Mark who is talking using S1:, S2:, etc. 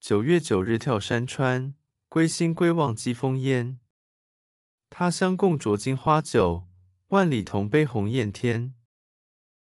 S1: 九月九日跳山川，归心归望寄风烟。他乡共酌金花酒，万里同杯红艳天。